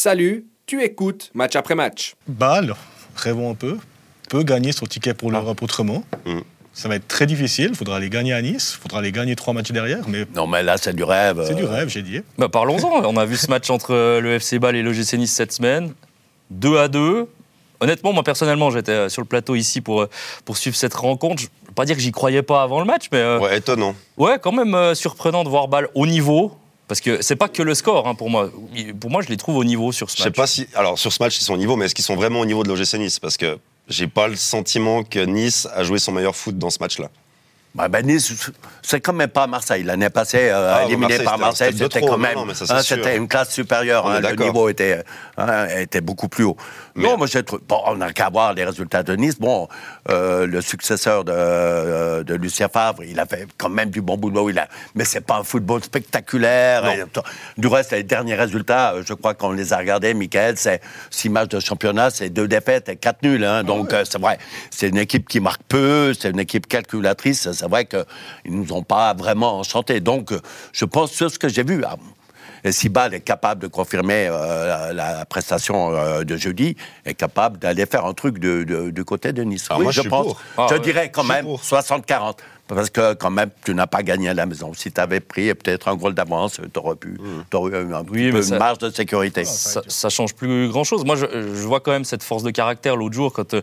Salut, tu écoutes match après match. Bâle, rêvons un peu, peut gagner son ticket pour l'Europe autrement. Mm. Ça va être très difficile. Il faudra aller gagner à Nice. Il faudra aller gagner trois matchs derrière. Mais Non, mais là, c'est du rêve. c'est du euh, rêve, j'ai dit. Bah, Parlons-en. On a vu ce match entre euh, le FC Bâle et le GC Nice cette semaine. 2 à 2. Honnêtement, moi personnellement, j'étais euh, sur le plateau ici pour, euh, pour suivre cette rencontre. Je ne veux pas dire que j'y croyais pas avant le match, mais euh, ouais. Ouais, étonnant. quand même euh, surprenant de voir Bâle au niveau. Parce que c'est pas que le score hein, pour moi. Il- Pour moi, je les trouve au niveau sur ce Je match. sais pas si. Alors, sur ce match, ils sont au niveau, mais est-ce qu'ils sont vraiment au niveau de l'OGC Nice Parce que j'ai pas le sentiment que Nice a joué son meilleur foot dans ce match-là. Bah, ben, Nice, c'est quand même pas Marseille. L'année passée, euh, Ah, bah, éliminé Marseille, par c'était un Marseille, step de c'était trop. quand Non, même. non, mais ça, c'est hein, sûr. c'était une classe supérieure. On est hein, le d'accord. niveau était, hein, était beaucoup plus haut. Mais- Non, moi, j'ai trouvé. Bon, on n'a qu'à voir les résultats de Nice. Bon, euh, le successeur de, euh, de Lucien Favre, il a fait quand même du bon boulot. Il a... Mais c'est pas un football spectaculaire. Non. Et, euh, Du reste, les derniers résultats, euh, je crois qu'on les a regardés, Michael, c'est six matchs de championnat, c'est deux défaites et quatre nuls. hein. Ah Donc, euh, c'est vrai, c'est une équipe qui marque peu, c'est une équipe calculatrice. C'est vrai qu'ils ne nous ont pas vraiment enchantés. Donc, euh, je pense sur ce que j'ai vu. Ah, et si Bâle est capable de confirmer euh, la, la prestation euh, de jeudi, est capable d'aller faire un truc de- de- du côté de Nice. Ah, moi, je suis pour. Ah, je ouais. dirais quand Je suis même pour. 60-40. Parce que quand même, tu n'as pas gagné à la maison. Si tu avais pris peut-être un goal d'avance, tu aurais pu, Hmm. t'aurais eu un Oui, petit peu mais une ça- Ah, marge de sécurité. ça, ça change plus grand chose. Moi, je, je vois quand même cette force de caractère l'autre jour quand euh,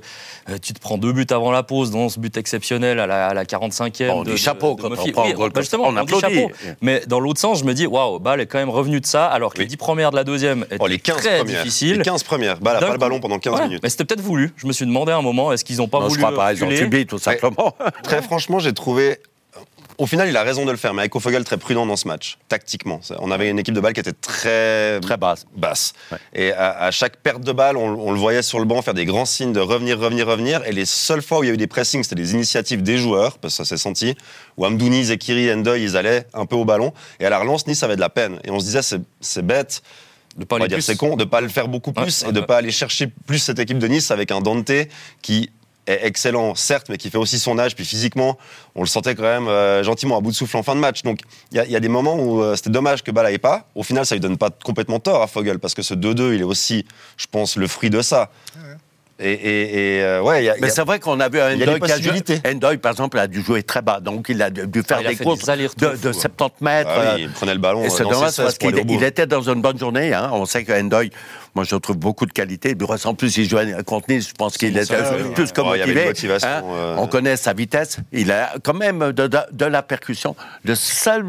tu te prends deux buts avant la pause, dans ce but exceptionnel à la, à la 45e. Bah, On de- dit de- chapeau de quand on Mofi. prend un Oui, goal bah comme justement, ça, on on, dit applaudit. chapeau. Mais dans l'autre sens, je me dis, waouh, Bâle est quand même revenu de ça, alors que les 10 premières de la deuxième étaient Oh, les 15 très premières. difficiles. Les 15 premières. Bah, elle a D'un pas le coup- ballon pendant 15 Voilà. minutes. Mais c'était peut-être voulu. Je me suis demandé à un moment, est-ce qu'ils n'ont pas Non, je voulu. crois pas, ils ont reculer subi tout simplement. Très franchement, j'ai trouvé. Au final, il a raison de le faire, mais avec Ofogel très prudent dans ce match, tactiquement. Ça, On avait une équipe de balle qui était très, Très basse. basse. Ouais. Et à, à chaque perte de balle, on, on le voyait sur le banc faire des grands signes de revenir, revenir, revenir. Et les seules fois où il y a eu des pressings, c'était des initiatives des joueurs, parce que ça s'est senti, où Amdouni, Zekiri, Endoy, ils allaient un peu au ballon. Et à la relance, Nice avait de la peine. Et on se disait, c'est- c'est bête, De pas on va aller dire plus. c'est con de pas le faire beaucoup Ouais, plus ouais, et de ouais. pas aller chercher plus cette équipe de Nice avec un Dante qui est excellent certes mais qui fait aussi son âge puis physiquement on le sentait quand même euh, gentiment à bout de souffle en fin de match donc il y a- il y, a des moments où euh, c'était dommage que Bala ait pas au final ça lui donne pas complètement tort à Fogel parce que ce 2-2 il est aussi je pense le fruit de ça et, et- et, euh, ouais il y a- il y Mais a- c'est vrai qu'on a vu un il y a des Ndoye qui a joué- possibilités. Ndoye, par exemple, a dû jouer très bas. Donc, il a dû faire Ah, il a des fait courses des allers-retours de, de fous, hein. 70 mètres. Ah oui, euh, il prenait le ballon Et euh, c'est dans ses dommage fesses parce pour qu'il aller au bout. il était dans une bonne journée. hein. On sait que Endoy, moi je le trouve beaucoup de qualité. Du reste, en plus, il jouait contre Nice. Je pense qu'il Son était seul, plus que ouais. Ouais, il y avait une motivé. hein. motivation, euh. On connaît sa vitesse. Il a quand même de, de- de la percussion. Le seul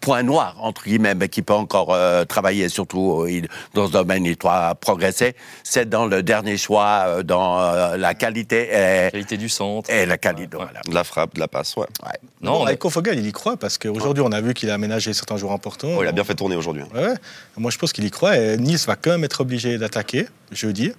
point noir, entre guillemets, mais qui peut encore euh, travailler, surtout euh, il- dans ce domaine, il doit progresser, c'est dans le dernier choix, euh, dans euh, la qualité et, Qualité du centre. et la qualité. Ouais. voilà. de la frappe de la passe ouais Ouais. Non, Bon, mais- avec Kofogel, il y croit parce qu'aujourd'hui, on a vu qu'il a aménagé certains joueurs importants. Oh, il a bien fait tourner aujourd'hui Ouais, ouais. Moi, je pense qu'il y croit. Et nice va quand même être obligé d'attaquer jeudi.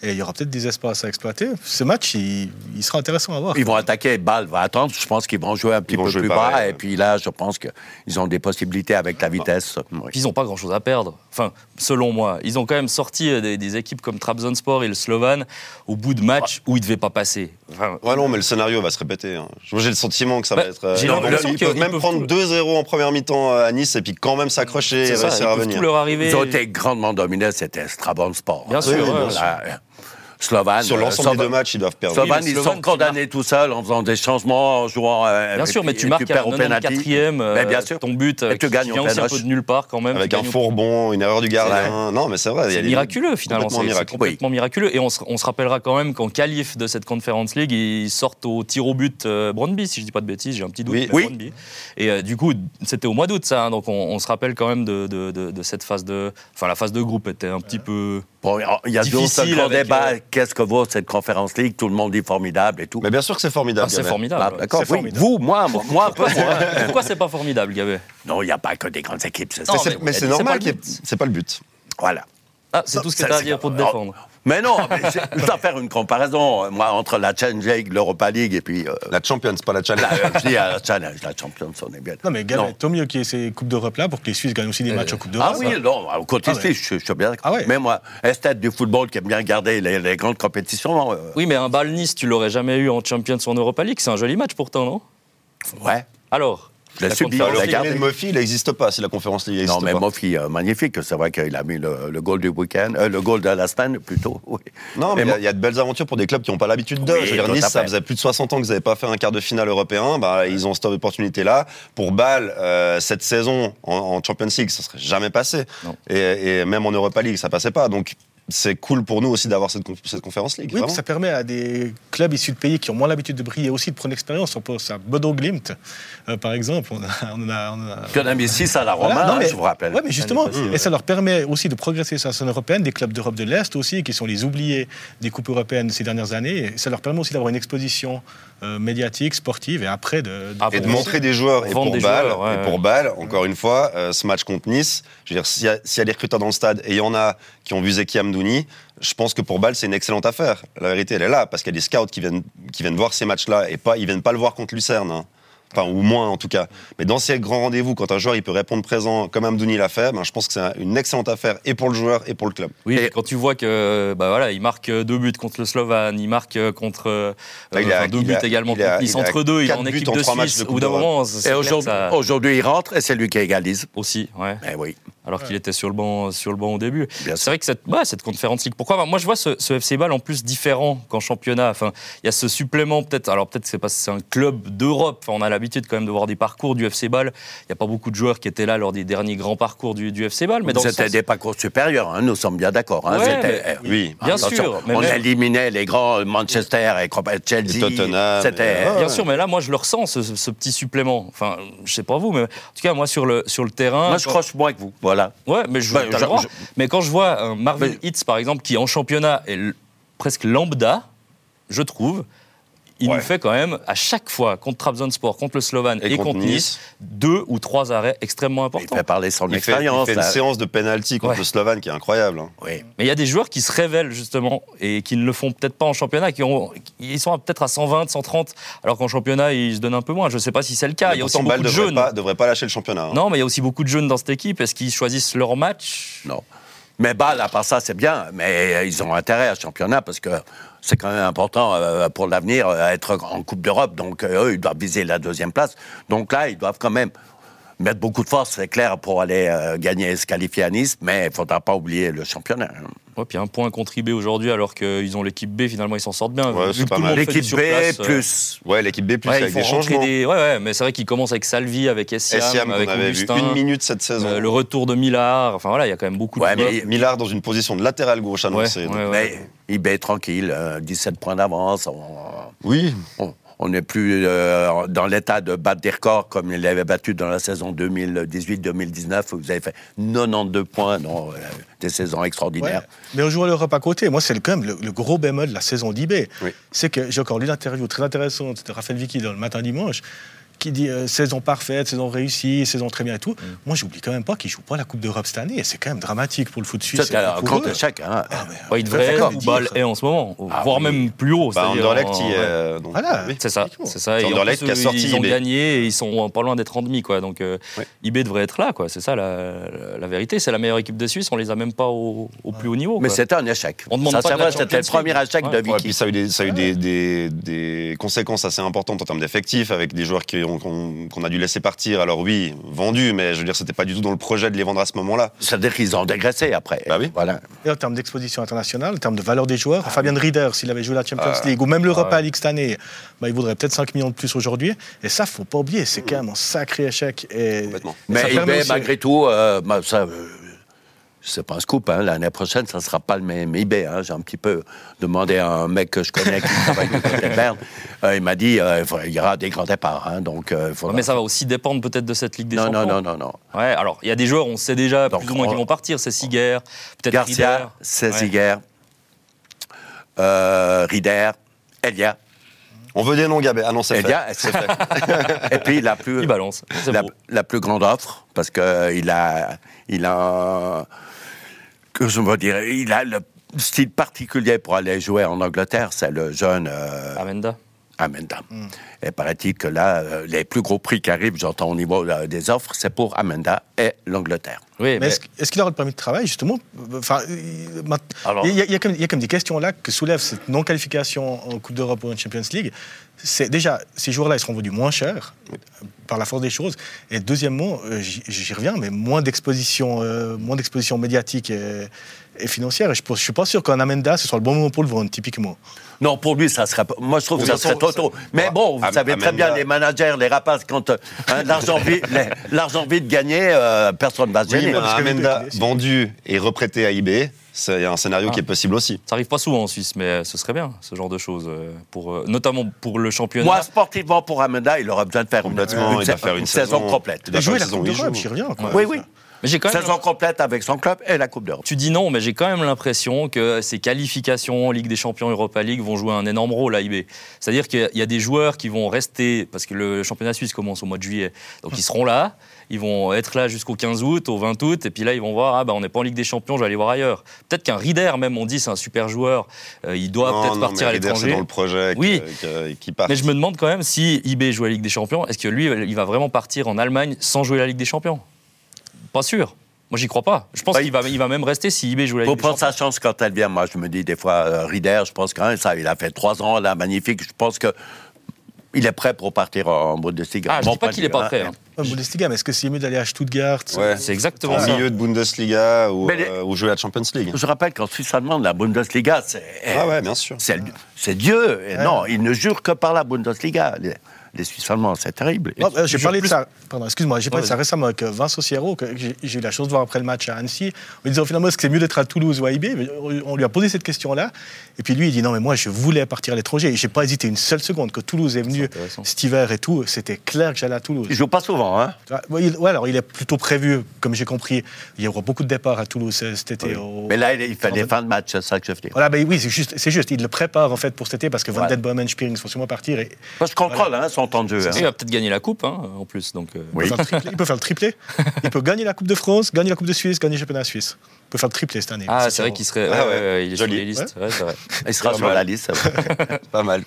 Et il y aura peut-être des espaces à exploiter. Ce match, il, il sera intéressant à voir. Ils vont attaquer, Bâle va attendre. Je pense qu'ils vont jouer un petit Ils vont peu jouer plus pareil, bas. ouais. Et puis là, je pense qu'ils ont des possibilités avec la vitesse. Ah, Oui. Puis ils n'ont pas grand-chose à perdre. Enfin, selon moi, ils ont quand même sorti euh, des, des équipes comme Trabzonspor et le Slovan au bout de matchs où ils ne devaient pas passer. Enfin, Ouais, non, mais le scénario va se répéter. hein. Moi, J'ai le sentiment que ça Bah, va être. euh, j'ai l'impression ils qu'ils peuvent même peuvent prendre tout- 2-0 en première mi-temps à Nice et puis quand même s'accrocher et c'est ça, réussir à ils peuvent revenir. tout leur arriver. Ils ont été grandement dominés. C'était Strabon Sport. euh, Bien sûr, ouais, bien sûr. Ah, Slovan. bah, Sur l'ensemble des deux matchs, ils doivent perdre. Slovan, Oui, mais euh, ils Slovan, sont tu condamnés tout seuls en faisant des changements, en jouant. euh, Bien et sûr, puis- mais tu et marques à perds la au penalty. 94e. euh, Mais bien sûr. Ton but, euh, Et tu qui gagnes au vient aussi un penalty. peu de nulle part quand même. Avec tu un gagnes au- fourbon, une erreur du gardien. Non, mais c'est vrai. il y a C'est des- miraculeux finalement, complètement c'est c'est miracle. complètement miraculeux. Et on se, on se rappellera quand même qu'en qualif de cette Conference League, ils sortent au tir au but euh, Brøndby, si je dis pas de bêtises, j'ai un petit doute. Oui. mais Oui. Brøndby. Et euh, du coup, c'était au mois d'août ça, hein, donc on, on se rappelle quand même de, de- de- de cette phase de. Enfin, la phase de groupe était un petit peu. Bon, il y a deux Difficile seuls grands avec, débats. euh, Qu'est-ce que vaut cette conférence ligue Tout le monde dit formidable et tout. Mais bien sûr que c'est formidable. Ah, c'est Lionel. Ah, formidable. D'accord, C'est oui. formidable. Vous, moi, moi, moi, un peu moins. Pourquoi c'est pas formidable, Gabé Non, il n'y a pas que des grandes équipes. c'est Non, ça. Mais c'est- mais Mais c'est c'est normal pas qu'il le y ait- c'est pas le but. Voilà. Ah, c'est tout ce que tu as à dire pour te défendre. Mais non, mais c'est- je dois faire une comparaison, moi, entre la Challenge League, l'Europa League et puis. euh, La Champions, pas la Challenge. la, je dis, euh, la Challenge, la Champions, on est bien. Non, mais Gaël, tant mieux qu'il y ait ces Coupes d'Europe-là pour que les Suisses gagnent aussi des matchs en Coupe d'Europe. Ah oui, non, au côté Ah ouais. suisse, je, je suis bien Ah d'accord. ouais. Mais moi, esthète du football qui aime bien regarder les, les grandes compétitions, euh, Oui, mais un bal Nice, tu l'aurais jamais eu en Champions ou en Europa League. C'est un joli match pourtant, non ouais. Alors, Je l'ai La subi, conférence je l'ai League. gardé. Regardez, Mofi, il n'existe pas si la conférence League Non, n'existe mais pas. Mofi, euh, magnifique. C'est vrai qu'il a mis le, le goal du week-end, euh, le goal de la semaine plutôt. Oui. Non, mais Et il y a- Mo- il y, a de belles aventures pour des clubs qui n'ont pas l'habitude de. Oui, Je veux dire, tout à Nice, ça fait. faisait plus de 60 ans qu'ils n'avaient pas fait un quart de finale européen. Bah, Ils ont cette opportunité-là. Pour Bâle, euh, cette saison en, en Champions League, ça ne serait jamais passé. Non. Et, et même en Europa League, ça passait pas. Donc, c'est cool pour nous aussi d'avoir cette, conf- cette conférence League. Oui, vraiment. puis ça permet à des clubs issus de pays qui ont moins l'habitude de briller aussi de prendre l'expérience. On pense à Bodo Glimt, euh, par exemple. On a, on en a- on en a- Puis on a mis 6 à la Roma, Voilà, non, hein, mais- je vous rappelle. Ouais, mais justement, L'année passée, et ouais. ça leur permet aussi de progresser sur la scène européenne, des clubs d'Europe de l'Est aussi, qui sont les oubliés des Coupes européennes ces dernières années. Et ça leur permet aussi d'avoir une exposition euh, médiatique, sportive, et après de. Ah, et de Pour montrer des joueurs. Et vendre pour, des Bâle, joueurs, ouais, et ouais. pour Bâle, encore une fois, euh, ce match contre Nice, je veux dire, s'il y, a- s'il y a des recruteurs dans le stade et il y en a qui ont vu Zeki Amdouni, je pense que pour Bâle, c'est une excellente affaire. La vérité, elle est là, parce qu'il y a des scouts qui viennent, qui viennent voir ces matchs-là et pas, ils viennent pas le voir contre Lucerne. hein. Enfin, ou moins en tout cas. Mais dans ces grands rendez-vous, quand un joueur il peut répondre présent comme Amdouni l'a fait, ben, je pense que c'est une excellente affaire et pour le joueur et pour le club. Oui, Et- puis quand tu vois que bah voilà, il marque euh, deux buts contre le Slovane, il marque euh, contre euh, Là, Ah, il a- enfin, deux il buts a- également il a- contre Nice. il a Entre deux, il est quatre en buts équipe en de trois matchs Suisse. de Au Coupe bout d'un d'Europe. moment, c'est Et clair que aujourd'hui, oh. ça- aujourd'hui, il rentre et c'est lui qui égalise. aussi, ouais. Eh oui, Alors qu'il était sur le banc, sur le banc au début. bien C'est sûr. vrai que cette, ouais, cette conférence league. Pourquoi Moi, je vois ce, ce FC Ball en plus différent qu'en championnat. Enfin, il y a ce supplément peut-être. Alors peut-être c'est parce que c'est un club d'Europe. Enfin, on a l'habitude quand même de voir des parcours du FC Ball. Il n'y a pas beaucoup de joueurs qui étaient là lors des derniers grands parcours du, du FC Ball. Mais dans le C'était sens- des parcours supérieurs, hein, nous sommes bien d'accord. hein, Ouais, c'était- mais- eh, Oui. Bien attention, sûr, mais On même- éliminait les grands euh, Manchester et compa- Chelsea. Et Tottenham, C'était. et- Ah Eh, Bien ouais. sûr, mais là, moi, je le ressens, ce, ce- ce petit supplément. Enfin, je sais pas vous, mais en tout cas, moi, sur le, sur le terrain. Moi, je quand- croche moins que vous. Voilà. Ouais, mais je, Ben, t'as le je- droit. je- Mais quand je vois un Marvin Hitz, par exemple, qui en championnat est l- presque lambda, je trouve, il Ouais. nous fait quand même, à chaque fois, contre Trabzonspor, contre le Slovane et, contre nice, deux ou trois arrêts extrêmement Il importants. fait parler son Il fait, il expérience. fait une là. séance de penalty contre Ouais. le Slovane qui est incroyable. hein. Oui. Mais il y a des joueurs qui se révèlent, justement, et qui ne le font peut-être pas en championnat, qui ont, ils sont à- peut-être à 120, 130, alors qu'en championnat, ils se donnent un peu moins. Je ne sais pas si c'est le cas. Mais Ah, Il y a aussi pourtant, beaucoup Bâle de devrait jeunes. pas, devrait pas lâcher le championnat. hein. Non, mais il y a aussi beaucoup de jeunes dans cette équipe. Est-ce qu'ils choisissent leur match Non. Mais Bâle, à part ça, c'est bien. Mais euh, ils ont intérêt à ce championnat parce que c'est quand même important euh, pour l'avenir euh, à être en Coupe d'Europe. Donc, euh, eux, ils doivent viser la deuxième place. Donc là, ils doivent quand même mettre beaucoup de force, c'est clair, pour aller euh, gagner et se qualifier à Nice. Mais il ne faudra pas oublier le championnat. hein. Ouais, puis un point contribué aujourd'hui, alors qu'ils ont l'équipe B, finalement, ils s'en sortent bien. Ouais, Vu c'est que pas tout le mal. monde fait du L'équipe B, surplace, euh, plus. Ouais, l'équipe B, plus ouais, ils avec font des rentrer changements. des- Ouais, ouais, mais c'est vrai qu'ils commencent avec Salvi, avec Essiam, Essiam, avec qu'on avait vu Augustin, une minute cette saison. euh, le retour de Millard. Enfin voilà, il y a quand même beaucoup Ouais, de joueurs. mais- Millard dans une position de latéral gauche Ouais, annoncée. donc. ouais, ouais. Mais Ben, il est tranquille, euh, 17 points d'avance. On- Oui, on- On n'est plus euh, dans l'état de battre des records comme il l'avait battu dans la saison 2018-2019 où vous avez fait 92 points, non, euh, des saisons extraordinaires. Ouais. Mais on joue à l'Europe à côté. Moi, c'est le- quand même le, le gros bémol de la saison d'IB. Oui. C'est que j'ai encore lu l'interview très intéressante de Raphaël Vicky dans le matin dimanche qui dit euh, saison parfaite, saison réussie, saison très bien et tout. Mm. Moi, j'oublie quand même pas qu'ils jouent pas la Coupe d'Europe cette année. Et C'est quand même dramatique pour le foot suisse. Ça, c'est et un pour grand eux. échec. hein. Ah, mais, Ouais, euh, ils devraient d'accord, être où mais Bâle dire- est en ce moment, Ah voire oui. même plus haut. bah, c'est-à-dire Anderlecht, en- il, ouais. euh, donc, Voilà. oui. C'est ça, Effectivement. c'est ça. C'est Et en Anderlecht plus, qui a eux, sorti ils ont IB. gagné et ils sont pas loin d'être en demi. Quoi. Donc euh, Ouais. IB devrait être là, quoi. c'est ça la, la- la vérité. C'est la meilleure équipe de Suisse, on les a même pas au, au plus haut niveau. Mais quoi. c'était un échec. On demande Ça, pas c'est de la vrai, c'était le Champions premier League. échec Ouais. de Ouais, Vicky. puis ça a eu, des, ça a eu des, des- des conséquences assez importantes en termes d'effectifs, avec des joueurs qui ont- qu'on qu'on a dû laisser partir. Alors oui, vendus, mais je veux dire, c'était pas du tout dans le projet de les vendre à ce moment-là. C'est-à-dire qu'ils ont dégraissé après. Bah oui. Voilà. Et en termes d'exposition internationale, en termes de valeur des joueurs, Ah. Fabien Rieder, s'il avait joué la Champions League ou même l'Europa League cette année, bah, il vaudrait peut-être 5 millions de plus aujourd'hui. Et ça, faut pas oublier, c'est quand même un sacré échec. Et, Complètement. et Mais ça il permet met aussi- malgré tout, euh, bah, ça, euh, c'est pas un scoop, hein, l'année prochaine, ça sera pas le même eBay. hein. J'ai un petit peu demandé à un mec que je connais qui travaille du côté de Berne. Euh, il m'a dit, euh, il faudra- il y aura des grands départs. hein, donc, euh, il faudra- Ouais, Mais ça va aussi dépendre peut-être de cette Ligue des non, Champions. non, non, non, non. Ouais, alors il y a des joueurs, on sait déjà Donc, plus ou moins on- qui vont partir. C'est Siguer, peut-être Rieder. Garcia, Céziger, euh, Rider, Elia. On veut des noms, Gabé. Ah non, Eh c'est fait. Elia, c'est fait. Et puis, la plus. Il balance. C'est la, beau. la plus grande offre parce que il a, il a, que je veux dire, il a le style particulier pour aller jouer en Angleterre, c'est le jeune euh, Amenda. en même temps. Et paraît-il que là, euh, les plus gros prix qui arrivent, j'entends au niveau là, des offres, c'est pour Amanda et l'Angleterre. Oui, Mais est-ce est-ce qu'il aura le permis de travail, justement enfin, il- ma- Alors- il, y a, il y a quand même- il y a quand même des questions là que soulève cette non-qualification en Coupe d'Europe ou en Champions League. C'est déjà, ces joueurs-là, ils seront vendus moins cher euh, par la force des choses. Et deuxièmement, euh, j'y j'y reviens, mais moins d'exposition, euh, moins d'exposition médiatique et, et financière. Et je ne suis pas sûr qu'un Amenda, ce soit le bon moment pour le vendre, typiquement. Non, pour lui, ça serait. pas- Moi, je trouve que Oui, ça ça- serait trop ça- tôt. Mais bon, vous Am- savez très Amanda- bien, les managers, les rapaces, quand euh, hein, l'argent vite, l'argent vite gagné, euh, personne ne va se Oui, gêner. mais un parce que- Amenda parce que- vendu et reprêté à eBay, c'est un scénario Ah. qui est possible aussi. Ça arrive pas souvent en Suisse, mais ce serait bien, ce genre de choses, euh, pour, euh, notamment pour le championnat. Moi, sportivement, pour Amanda, il aura besoin de faire une, Complètement, une il doit sa- faire une une saison, saison. complète. Il doit Et La jouer la saison, Coupe il d'Europe, joue. j'y reviens. quoi. Oui, oui. mais j'ai quand même Saison complète avec son club et la Coupe d'Europe. Tu dis non, mais j'ai quand même l'impression que ces qualifications en Ligue des Champions, Europa League vont jouer un énorme rôle à IB. C'est-à-dire qu'il y a des joueurs qui vont rester, parce que le championnat suisse commence au mois de juillet, donc ils seront là, ils vont être là jusqu'au 15 août, au 20 août, et puis là ils vont voir, ah bah on n'est pas en Ligue des Champions, je vais aller voir ailleurs. Peut-être qu'un Rider même, on dit c'est un super joueur, euh, il doit Non, peut-être non, partir mais à Rieder, C'est dans l'étranger. le projet que- Oui. que- qui part. Mais je me demande quand même si IB joue à la Ligue des Champions, est-ce que lui, il va vraiment partir en Allemagne sans jouer la Ligue des Champions Pas sûr. Moi, j'y crois pas. Je pense Bah, qu'il va, il va même rester si IB joue la Pour Ligue des Champions. prendre sa chance quand elle vient, moi, je me dis des fois, euh, Rieder, je pense qu'un, ça, il a fait trois ans, là, magnifique. Je pense que il est prêt pour partir en Bundesliga. Ah, je Bon dis pas point qu'il de est vue, pas hein. prêt. hein. Ouais, Bundesliga, mais est-ce que c'est mieux d'aller à Stuttgart Ouais. C'est exactement en ça. milieu de Bundesliga ou, Mais les- euh, ou jouer la Champions League. hein. Je rappelle qu'en Suisse allemande, la Bundesliga, c'est eh, Eh. Ah ouais, bien sûr. c'est- c'est Dieu. Et Non, ils ne jurent que par la Bundesliga. Les, les Suisses allemands, c'est terrible. Non, euh, j'ai parlé de plus- ça. Pardon, excuse-moi, j'ai parlé de vas-y. ça récemment avec euh, Vincent Sierro, que j'ai j'ai eu la chance de voir après le match à Annecy. On lui disait oh, finalement, est-ce que c'est mieux d'être à Toulouse ou à IB Mais euh, On on lui a posé cette question-là. Et puis lui, il dit non, mais moi, je voulais partir à l'étranger. Et j'ai pas hésité une seule seconde. Que Toulouse est C'est venu intéressant. cet hiver et tout, c'était clair que j'allais à Toulouse. Ils jouent pas souvent, hein. Ah, ouais, il- ouais, alors il est plutôt prévu, comme j'ai compris. Il y aura beaucoup de départs à Toulouse euh, cet été. au- Mais là, il, il fait en des fait- fins de match, c'est ça que je veux dire. Voilà, ben oui, c'est juste, c'est juste, il le prépare en fait pour cet été parce que Van Voilà. Den Bomen, Spearing sont sûrement partir. Et... Parce qu'on contrôle hein, son temps de jeu. hein. Il va peut-être gagner la coupe, hein, en plus. Donc, euh, Oui. Il peut faire le triplé. Il peut faire le triplé. Il peut gagner la Coupe de France, gagner la Coupe de Suisse, gagner le championnat suisse. Il peut faire le triplé cette année. Ah, Ça, c'est vrai qu'il serait. Ah ouais, ouais. ouais, ouais, il est Joli. sur les listes. Ouais, c'est vrai. Il sera Pas sur mal. la liste. c'est vrai. Pas mal.